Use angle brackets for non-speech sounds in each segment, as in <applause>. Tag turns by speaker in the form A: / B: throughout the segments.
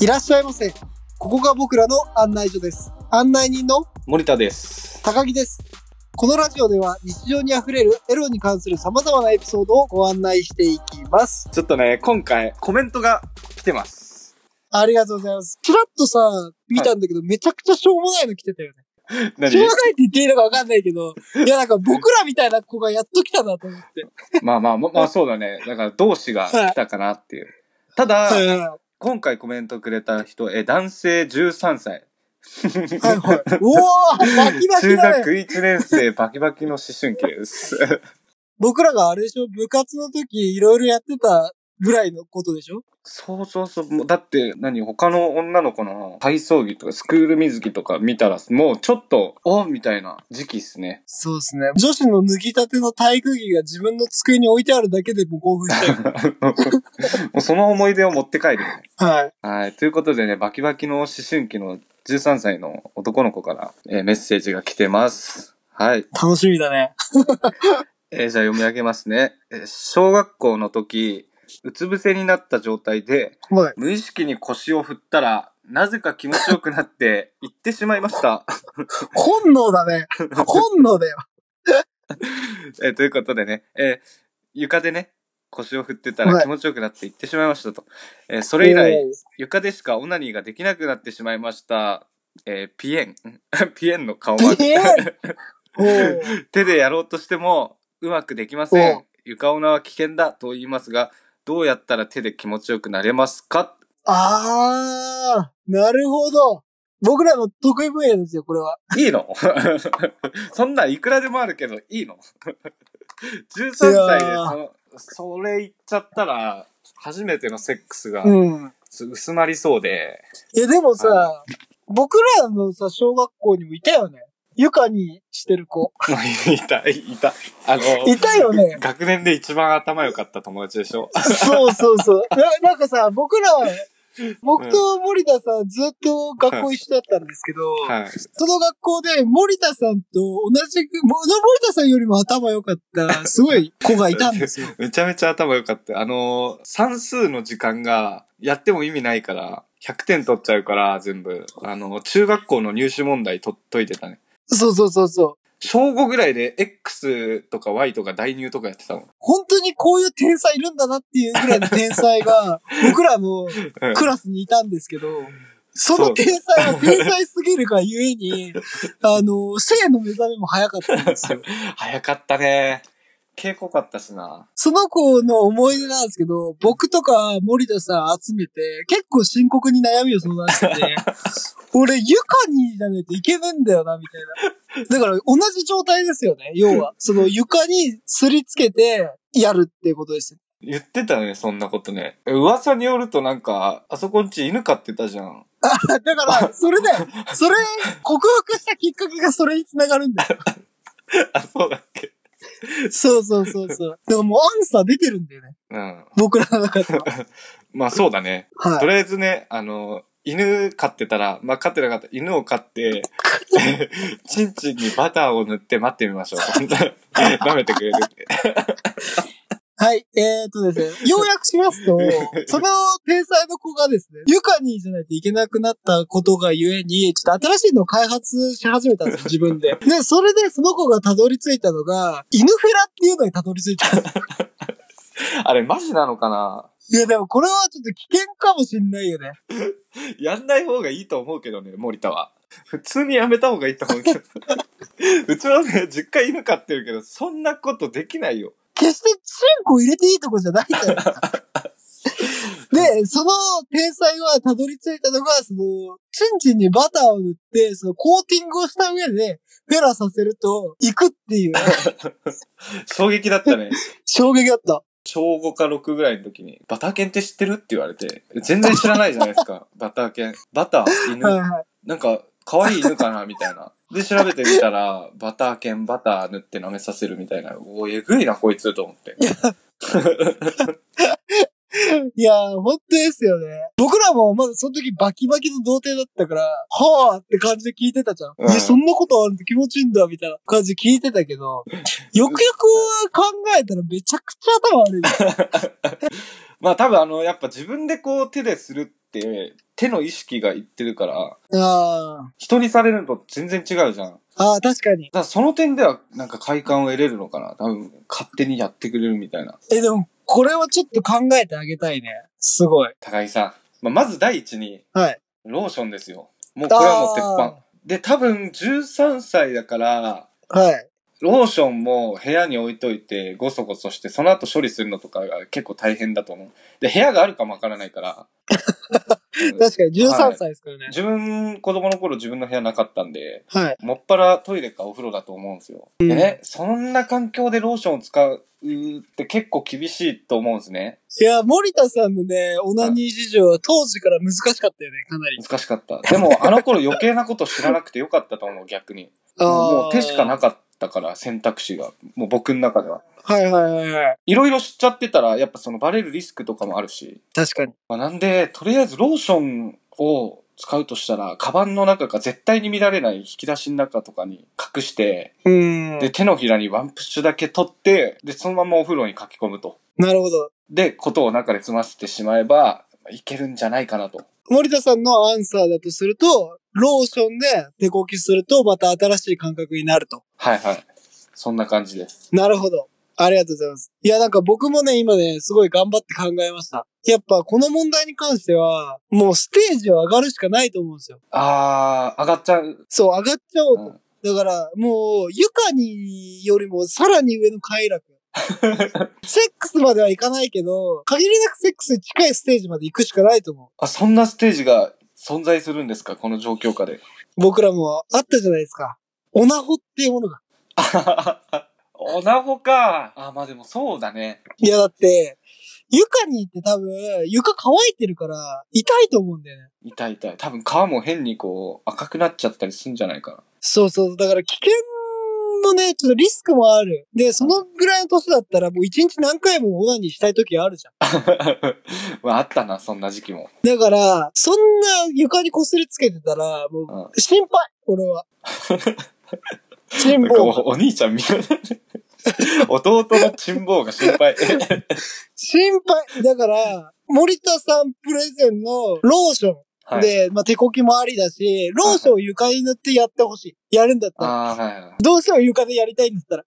A: いらっしゃいませ。ここが僕らの案内所です。案内人の
B: 森田です。
A: 高木です。このラジオでは日常にあふれるエロに関する様々なエピソードをご案内していきます。
B: ちょっとね、今回コメントが来てます。
A: ありがとうございます。ちらっとさ、見たんだけど、めちゃくちゃしょうもないの来てたよね。
B: 何
A: しょうもないって言っていいのかわかんないけ <laughs> ど、いやなんか僕らみたいな子がやっと来たなと思って。
B: まあまあ、ままあそうだね。だから同志が来たかなっていう。ただ、
A: はいはいはい。
B: 今回コメントくれた人、え、男性13歳。
A: はいはい。お <laughs> ーバキバキ
B: 中
A: だ
B: 学
A: ね。
B: 1年生バキバキの思春期です。 <laughs>
A: 僕らがあれでしょ部活の時いろいろやってたぐらいのことでしょ
B: そうそうそう。もうだって、何、他の女の子の体操着とかスクール水着とか見たら、もうちょっと、おみたいな時期っすね。 <laughs>
A: そうですね。女子の脱ぎたての体育着が自分の机に置いてあるだけでもう興奮しちゃう。
B: もうその思い出を持って帰るよね。 <laughs>
A: はい。
B: はい。ということでね、バキバキの思春期の13歳の男の子から、えーメッセージが来てます。はい。
A: 楽しみだね。
B: えーじゃあ読み上げますね。えー小学校の時、うつ伏せになった状態で、
A: はい。
B: 無意識に腰を振ったら、なぜか気持ちよくなって、 <laughs> 行ってしまいました。 <laughs>
A: 本能だね。本能だよ。
B: えーということでね、えー床でね、腰を振ってたら
A: はい
B: 気持ちよくなって行ってしまいましたと。えーそれ以来、
A: おー
B: 床でしかオナニーができなくなってしまいました。えーピエン。 <laughs> ピエンの
A: <laughs>
B: 顔は
A: ピエンおー
B: 手でやろうとしてもうまくできませ
A: お
B: ん。床オナは危険だと言いますが、どうやったら手で気持ちよくなれますか
A: あー、なるほど。僕らの得意分野ですよ、これは。
B: いいの <laughs> そんなんいくらでもあるけど、いいの <laughs> ?13
A: いや
B: 歳で
A: ー
B: その、それ言っちゃったら、初めてのセックスが
A: うん。
B: 薄まりそうで、 <laughs>
A: いや、でもさ、僕らのさ、小学校にもいたよね。床にしてる子。
B: いた、いた。あの、
A: いたよね。
B: 学年で一番頭良かった友達でしょ
A: <laughs> そうそうそう。ななんかさ、僕ら、僕と森田さんずっと学校一緒だったんですけど、
B: はい。
A: その学校で森田さんと同じく、も森田さんよりも頭良かった、すごい子がい
B: <laughs>
A: たんですよ。
B: めちゃめちゃ頭良かった。あのー算数の時間がやっても意味ないから、100点取っちゃうから、全部。あのー中学校の入試問題取っといてたね。
A: そうそうそうそう。
B: 小5ぐらいで X とか Y とか代入とかやってたもん。
A: 本当にこういう天才いるんだなっていうぐらいの天才
B: <laughs>
A: が、僕らの
B: うん
A: クラスにいたんですけど、その天才は天才すぎるがゆえに、あの、性の目覚めも早かったんですよ。
B: 早かったね。稽古かったしな。
A: その子の思い出なんですけど、僕とか森田さん集めて、結構深刻に悩みを相談してて、俺、床にじゃないといけねえんだよな、みたいな。だから、同じ状態ですよね、要は。その床にすりつけて、やるっていうことです。
B: 言ってたね、そんなことね。噂によるとなんか、あそこんち犬飼ってたじゃん。
A: だから、それだよ。それ、克服したきっかけがそれにつながるんだよ。
B: <laughs> あ、そうだっけ。
A: そうそうそうそう。だからもうアンサー出てるんだよね。
B: うん。
A: 僕らの中では。
B: まあそうだね。
A: は
B: <laughs> と
A: い。
B: りあえずね、あの、犬飼ってたら、まあ飼ってなかったら犬を飼って、 <laughs> チンチンにバターを塗って待ってみましょう。 <laughs> 舐めてくれる。
A: はい。えー、っとですね。要約しますと、その天才の子がですね、ユカニーじゃないといけなくなったことがゆえに、ちょっと新しいのを開発し始めたんですよ、自分で。で、それでその子がたどり着いたのが、犬フェラっていうのにたどり着いたんです。
B: あれマジなのかない
A: や、でもこれはちょっと危険かもしんないよね。
B: やんない方がいいと思うけどね、森田は。普通にやめた方がいいと思うけど。 <laughs> うちはね、実家犬飼ってるけど、そんなことできないよ。
A: 決してチンコ入れていいとこじゃないんだよ。
B: <laughs>
A: で、その天才はたどり着いたのが、その、チンチンにバターを塗って、そのコーティングをした上で、フェラさせると、行くっていう、
B: 衝撃だったね。
A: 衝撃だった。
B: 小5か6ぐらいの時に、バター犬って知ってるって言われて、全然知らないじゃないで
A: <laughs>
B: すか。バター犬。バター、犬、
A: はいはい。
B: なんか、可愛い犬かなみたいな。で、調べてみたら、バター犬、バター塗って舐めさせるみたいな。おーえぐいな、こいつ、と思って。
A: いやー、本当ですよね。僕らもまだその時バキバキの童貞だったから、はぁって感じで聞いてたじゃん。
B: うん
A: え、そんなことあるって気持ちいいんだ、みたいな感じで聞いてたけど、よくよく考えたらめちゃくちゃ頭悪い。
B: まあ、多分、あの、やっぱ自分でこう、手でするって手の意識がいってるから、
A: あ
B: 人にされるのと全然違うじゃん。だか
A: あ。ああ、確かに。
B: らその点ではなんか快感を得れるのかな。多分勝手にやってくれるみたいな。
A: え、でも、これはちょっと考えてあげたいね。すごい。
B: 高木さん。まあ、まず第一に、
A: はい。
B: ローションですよ。もうこれはもう鉄板。で、多分13歳だから、
A: はい。
B: ローションも部屋に置いといて、ごそごそして、その後処理するのとかが結構大変だと思う。で、部屋があるかもわからないから。うん
A: <laughs> 確かに
B: はい
A: 13歳ですからね。
B: 自分、子供の頃自分の部屋なかったんで、
A: はい。
B: もっぱらトイレかお風呂だと思うんですよ。でね、そんな環境でローションを使うって結構厳しいと思うんですね。
A: いや、森田さんのね、オナニー事情は当時から難しかったよね、かなり。
B: 難しかった。でも、あの頃余計なこと知らなくてよかったと思う、逆に。もう手しかな
A: く
B: かったから、選択肢が。もう僕の中では。
A: はいはいはいはい。
B: いろいろ知っちゃってたら、やっぱそのバレるリスクとかもあるし。
A: 確かに。
B: まあ、なんで、とりあえずローションを使うとしたら、カバンの中か絶対に見られない引き出しの中とかに隠して、
A: うーん。
B: で、手のひらにワンプッシュだけ取って、で、そのままお風呂に書き込むと。
A: なるほど。
B: で、ことを中で済ませてしまえば、いけるんじゃないかなと。
A: 森田さんのアンサーだとすると、ローションで手こきすると、また新しい感覚になると。
B: はいはい。そんな感じです。
A: なるほど。ありがとうございます。いや、なんか僕もね、今ね、すごい頑張って考えました。やっぱこの問題に関しては、もうステージは上がるしかないと思うんですよ。
B: あー、上がっちゃう。
A: そう、上がっちゃおう
B: う
A: と。
B: ん
A: だから、もう、ゆかによりもさらに上の快
B: <laughs>
A: 楽。セックスまではいかないけど、限りなくセックスに近いステージまで行くしかないと思
B: あ、そんなステージが存在するんですかこの状況下で。
A: う。僕らもあったじゃないですか。オナホっていうものが。
B: あははは <laughs> おなほか。あ、まあでもそうだね。
A: いや、だって、床にって多分、床乾いてるから、痛いと思うんだよね。
B: 痛い痛い。多分皮も変にこう、赤くなっちゃったりすんじゃないか
A: そうそう。だから危険のね、ちょっとリスクもある。で、そのぐらいの年だったら、もう一日何回もオナにしたい時あるじゃん。
B: な。 <laughs> まああったな、そんな時期も。
A: だから、そんな床に擦りつけてたら、もう
B: うん。
A: 心配、俺
B: <laughs>
A: は。辛
B: なんか
A: 抱。
B: おお兄ちゃんみたいな。 <laughs> 弟の珍坊が心配。
A: 心配。だから、森田さんプレゼンのローショ
B: は
A: ン
B: い、
A: で、まあ、手こきもありだし、ローションを床に塗ってやってほしい。やるんだったら。
B: ああ、はいはい。
A: どうしても床でやりたいんだ
B: <laughs>
A: ったら。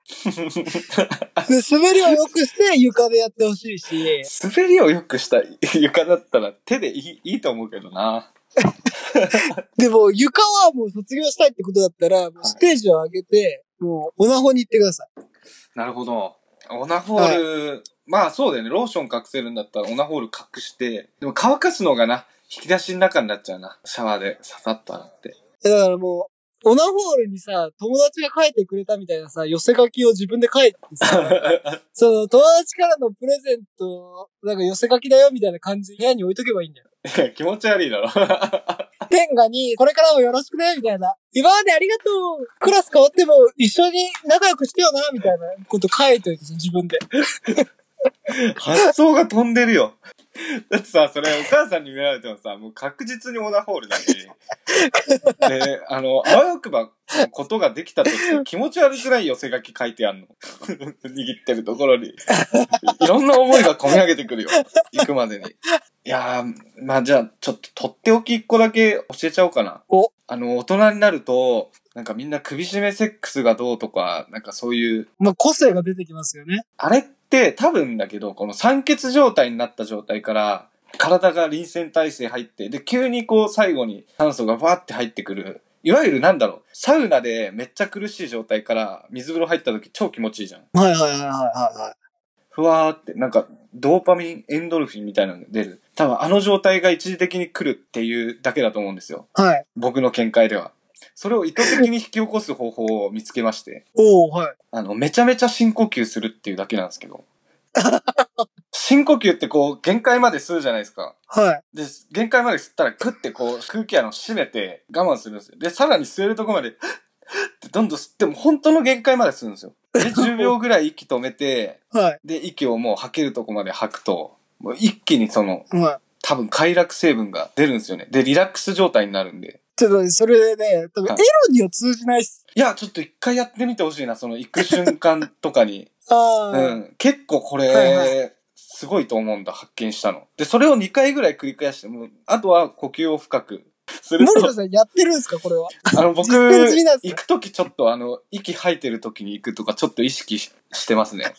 A: で、滑りを良くして床でやってほしいし。
B: 滑りを良くしたい床だったら手でいいいいと思うけどな。
A: でも、床はもう卒業したいってことだったら、もうステージを上げて、もう、オナホに行ってください。
B: なるほど。オナホール、まあそうだよね。ローション隠せるんだったらオナホール隠して、でも乾かすのがな、引き出しの中になっちゃうな。シャワーでささっと洗って。
A: だからもう、オナホールにさ、友達が書いてくれたみたいなさ、寄せ書きを自分で書いてさ、 <laughs> その友達からのプレゼント、なんか寄せ書きだよみたいな感じで部屋に置いとけばいいんだよ。
B: いや気持ち悪いだろ。
A: 天下に、これからもよろしくねみたいな。今までありがとうクラス変わっても一緒に仲良くしてよなみたいなこと書いといて自分で。
B: 発想が飛んでるよ。だってさ、それお母さんに見られてもさ、もう確実にオナホールだし。で、あの、あわよくばことができたとして気持ち悪くない寄せ書き書いてあんの。 <laughs> 握ってるところに。いろんな思いが込み上げてくるよ。行くまでに。いやー、まあじゃあ、ちょっととっておき一個だけ教えちゃおうかな。
A: お
B: あの、大人になると、なんかみんな首絞めセックスがどうとか、なんかそういう
A: まあ、個性が出てきますよね。
B: あれって多分だけど、この酸欠状態になった状態から、体が臨戦態勢入って、で、急にこう最後に酸素がバーって入ってくる。いわゆるなんだろう、サウナでめっちゃ苦しい状態から水風呂入った時超気持ちいいじゃん。
A: はいはいはいはいは
B: ふわーって、なんかドーパミン、エンドルフィンみたいなのが出る。多分あの状態が一時的に来るっていうだけだと思うんですよ。
A: い。はい。
B: 僕の見解では。それを意図的に引き起こす方法を見つけまして。
A: おー、はい。
B: あの、めちゃめちゃ深呼吸するっていうだけなんですけど。深呼吸ってこう、限界まで吸うじゃないですか。
A: はい。
B: で、限界まで吸ったら、グッてこう、空気穴を締めて我慢するんですよ。で、さらに吸えるとこまで、ってどんどん吸って、もう本当の限界まで吸うんですよ。で、10秒ぐらい息止めて、
A: はい。
B: で、息をもう吐けるとこまで吐くと、もう一気にその、
A: はい。
B: 多分快楽成分が出るんですよね。で、リラックス状態になるんで。
A: ちょっとね、それでね、多分エ
B: はい
A: ロには通じないっす。
B: いや、ちょっと一回やってみてほしいな、その行く瞬間とかに。
A: ああ、
B: うん、結構これ、
A: はいは
B: すごいと思うんだ、発見したの。で、それを2回ぐらい繰り返して、もう、あとは呼吸を深くする
A: 森田
B: と、
A: さんやってるんですか <laughs> これは。
B: あの、僕、
A: 実践済みなんですね
B: 行くときちょっと、あの、息吐いてるときに行くとか、ちょっと意識ししてま
A: <laughs>
B: すね。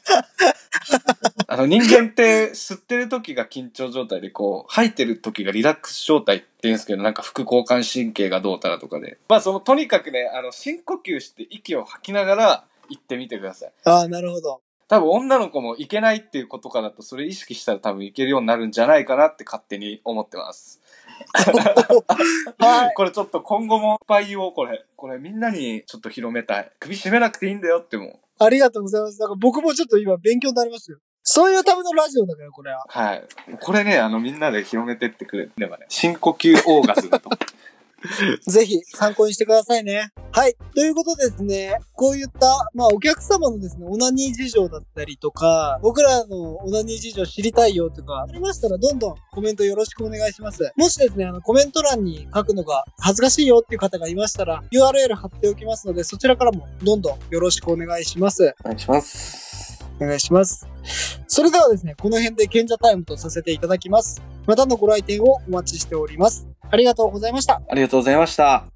B: あの、人間って吸ってるときが緊張状態で、こう、吐いてるときがリラックス状態って言うんですけど、なんか副交感神経がどうたらとかで。まあ、その、とにかくね、あの、深呼吸して息を吐きながら行ってみてください。
A: ああ、なるほど。
B: 多分女の子もいけないっていうことからだとそれ意識したら多分いけるようになるんじゃないかなって勝手に思ってます。
A: はい。
B: <laughs> これちょっと今後もバイをこれ、これみんなにちょっと広めたい。首絞めなくていいんだよってもう。
A: ありがとうございます。なんか僕もちょっと今勉強になりましたよ。そういうためのラジオだから、これは。
B: はい。これね、あのみんなで広めてってくれればね。深呼吸オーガズムと。
A: ぜひ参考にしてくださいね。はい。ということでですね、こういった、まあお客様のですね、オナニー事情だったりとか、僕らのオナニー事情知りたいよとか、ありましたらどんどんコメントよろしくお願いします。もしですね、あのコメント欄に書くのが恥ずかしいよっていう方がいましたら、URL 貼っておきますので、そちらからもどんどんよろしくお願いします。
B: お願いします。
A: お願いします。それではですね、この辺で賢者タイムとさせていただきます。またのご来店をお待ちしております。ありがとうございました。
B: ありがとうございました。